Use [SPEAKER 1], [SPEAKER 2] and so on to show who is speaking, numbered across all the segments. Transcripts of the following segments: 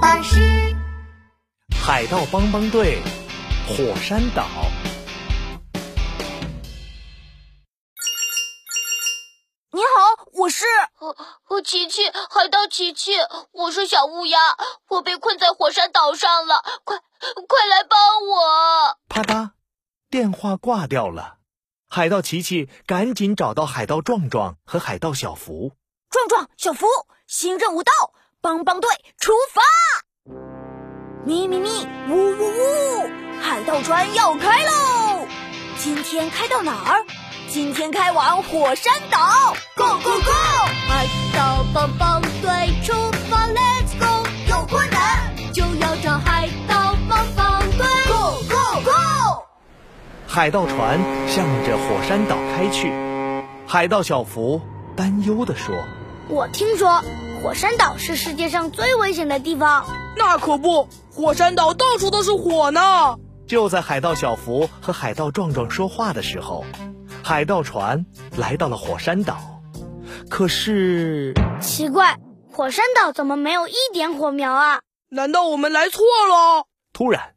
[SPEAKER 1] 的诗》。
[SPEAKER 2] 海盗帮帮队，火山岛。
[SPEAKER 3] 你好，我是
[SPEAKER 4] 我我琪琪，海盗琪琪，我是小乌鸦，我被困在火山岛上了，快快来帮我！
[SPEAKER 2] 啪嗒，电话挂掉了。海盗琪琪赶紧找到海盗壮壮和海盗小福。
[SPEAKER 3] 壮壮、小福，新任务到，帮帮队出发！咪咪咪，呜呜呜，海盗船要开喽！今天开到哪儿？今天开往火山岛，Go Go Go！
[SPEAKER 1] 海盗帮帮队出发，Let's go！
[SPEAKER 3] 有困难
[SPEAKER 1] 就要找海盗帮帮队
[SPEAKER 3] ，Go Go Go！
[SPEAKER 2] 海盗船向着火山岛开去。海盗小福担忧地说：“
[SPEAKER 5] 我听说火山岛是世界上最危险的地方。”
[SPEAKER 6] 那可不，火山岛到处都是火呢。
[SPEAKER 2] 就在海盗小福和海盗壮壮说话的时候，海盗船来到了火山岛。可是，
[SPEAKER 5] 奇怪，火山岛怎么没有一点火苗啊？
[SPEAKER 6] 难道我们来错了？
[SPEAKER 2] 突然，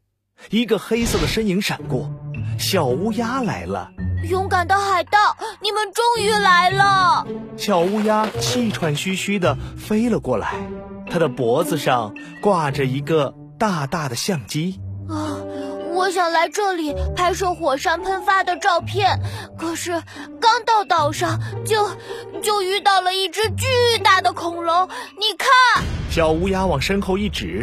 [SPEAKER 2] 一个黑色的身影闪过，小乌鸦来了。
[SPEAKER 4] 勇敢的海盗，你们终于来了！
[SPEAKER 2] 小乌鸦气喘吁吁地飞了过来，它的脖子上挂着一个大大的相机。
[SPEAKER 4] 啊，我想来这里拍摄火山喷发的照片，可是刚到岛上就就遇到了一只巨大的恐龙。你看，
[SPEAKER 2] 小乌鸦往身后一指，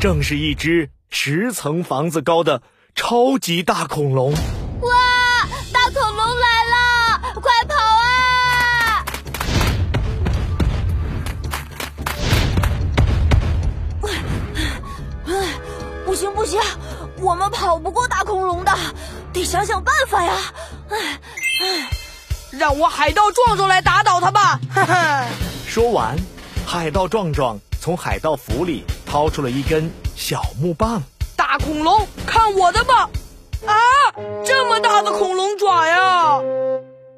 [SPEAKER 2] 正是一只十层房子高的超级大恐龙。
[SPEAKER 4] 哇！大恐龙来了，快跑啊！
[SPEAKER 3] 不行不行，我们跑不过大恐龙的，得想想办法呀！唉唉，
[SPEAKER 6] 让我海盗壮壮来打倒他吧！哈哈。
[SPEAKER 2] 说完，海盗壮壮从海盗服里掏出了一根小木棒。
[SPEAKER 6] 大恐龙，看我的吧！啊，这么大的恐龙爪呀！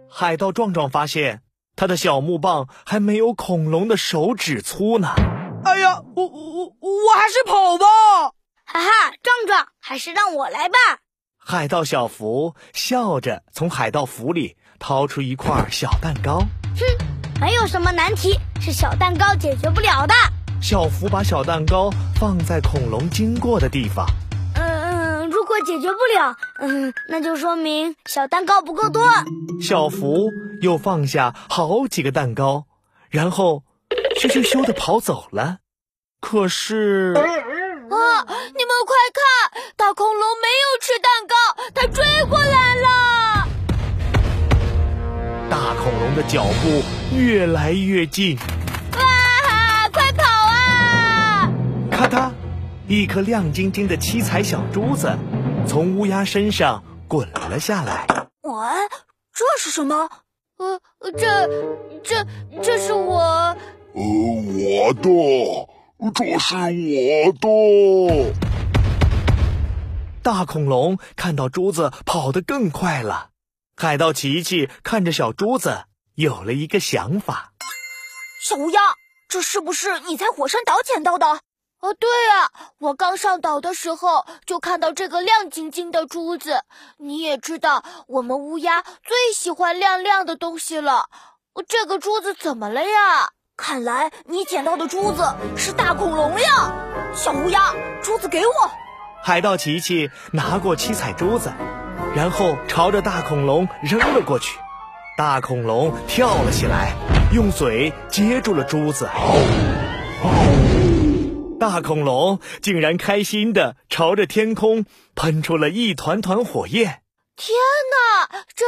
[SPEAKER 2] 海盗壮壮发现他的小木棒还没有恐龙的手指粗呢。
[SPEAKER 6] 哎呀，我我我还是跑吧！
[SPEAKER 5] 哈哈，壮壮，还是让我来吧。
[SPEAKER 2] 海盗小福笑着从海盗服里掏出一块小蛋糕。
[SPEAKER 5] 哼，没有什么难题是小蛋糕解决不了的。
[SPEAKER 2] 小福把小蛋糕放在恐龙经过的地方。
[SPEAKER 5] 嗯嗯，如果解决不了，嗯，那就说明小蛋糕不够多。哦
[SPEAKER 2] 小福又放下好几个蛋糕，然后 咻咻咻的跑走了。可是。
[SPEAKER 4] 啊！你们快看，大恐龙没有吃蛋糕，它追过来了。
[SPEAKER 2] 大恐龙的脚步越来越近。
[SPEAKER 4] 哇！快跑啊！
[SPEAKER 2] 咔嗒，一颗亮晶晶的七彩小珠子从乌鸦身上滚了下来。
[SPEAKER 3] 喂，这是什么？
[SPEAKER 4] 呃，这、这、这是我。
[SPEAKER 7] 呃，我的。这是我的！
[SPEAKER 2] 大恐龙看到珠子跑得更快了，海盗琪琪看着小珠子有了一个想法：
[SPEAKER 3] 小乌鸦，这是不是你在火山岛捡到的？
[SPEAKER 4] 哦，对呀、啊，我刚上岛的时候就看到这个亮晶晶的珠子。你也知道，我们乌鸦最喜欢亮亮的东西了。这个珠子怎么了呀？
[SPEAKER 3] 看来你捡到的珠子是大恐龙呀！小乌鸦，珠子给我！
[SPEAKER 2] 海盗琪琪拿过七彩珠子，然后朝着大恐龙扔了过去。大恐龙跳了起来，用嘴接住了珠子。大恐龙竟然开心的朝着天空喷出了一团团火焰！
[SPEAKER 4] 天哪，这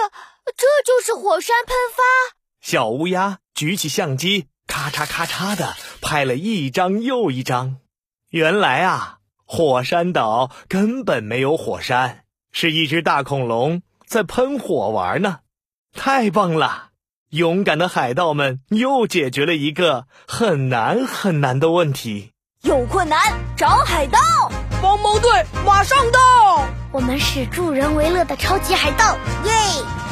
[SPEAKER 4] 这就是火山喷发！
[SPEAKER 2] 小乌鸦举起相机。咔嚓咔嚓的拍了一张又一张。原来啊，火山岛根本没有火山，是一只大恐龙在喷火玩呢。太棒了！勇敢的海盗们又解决了一个很难很难的问题。
[SPEAKER 3] 有困难找海盗，
[SPEAKER 6] 帮帮队马上到。
[SPEAKER 5] 我们是助人为乐的超级海盗，耶！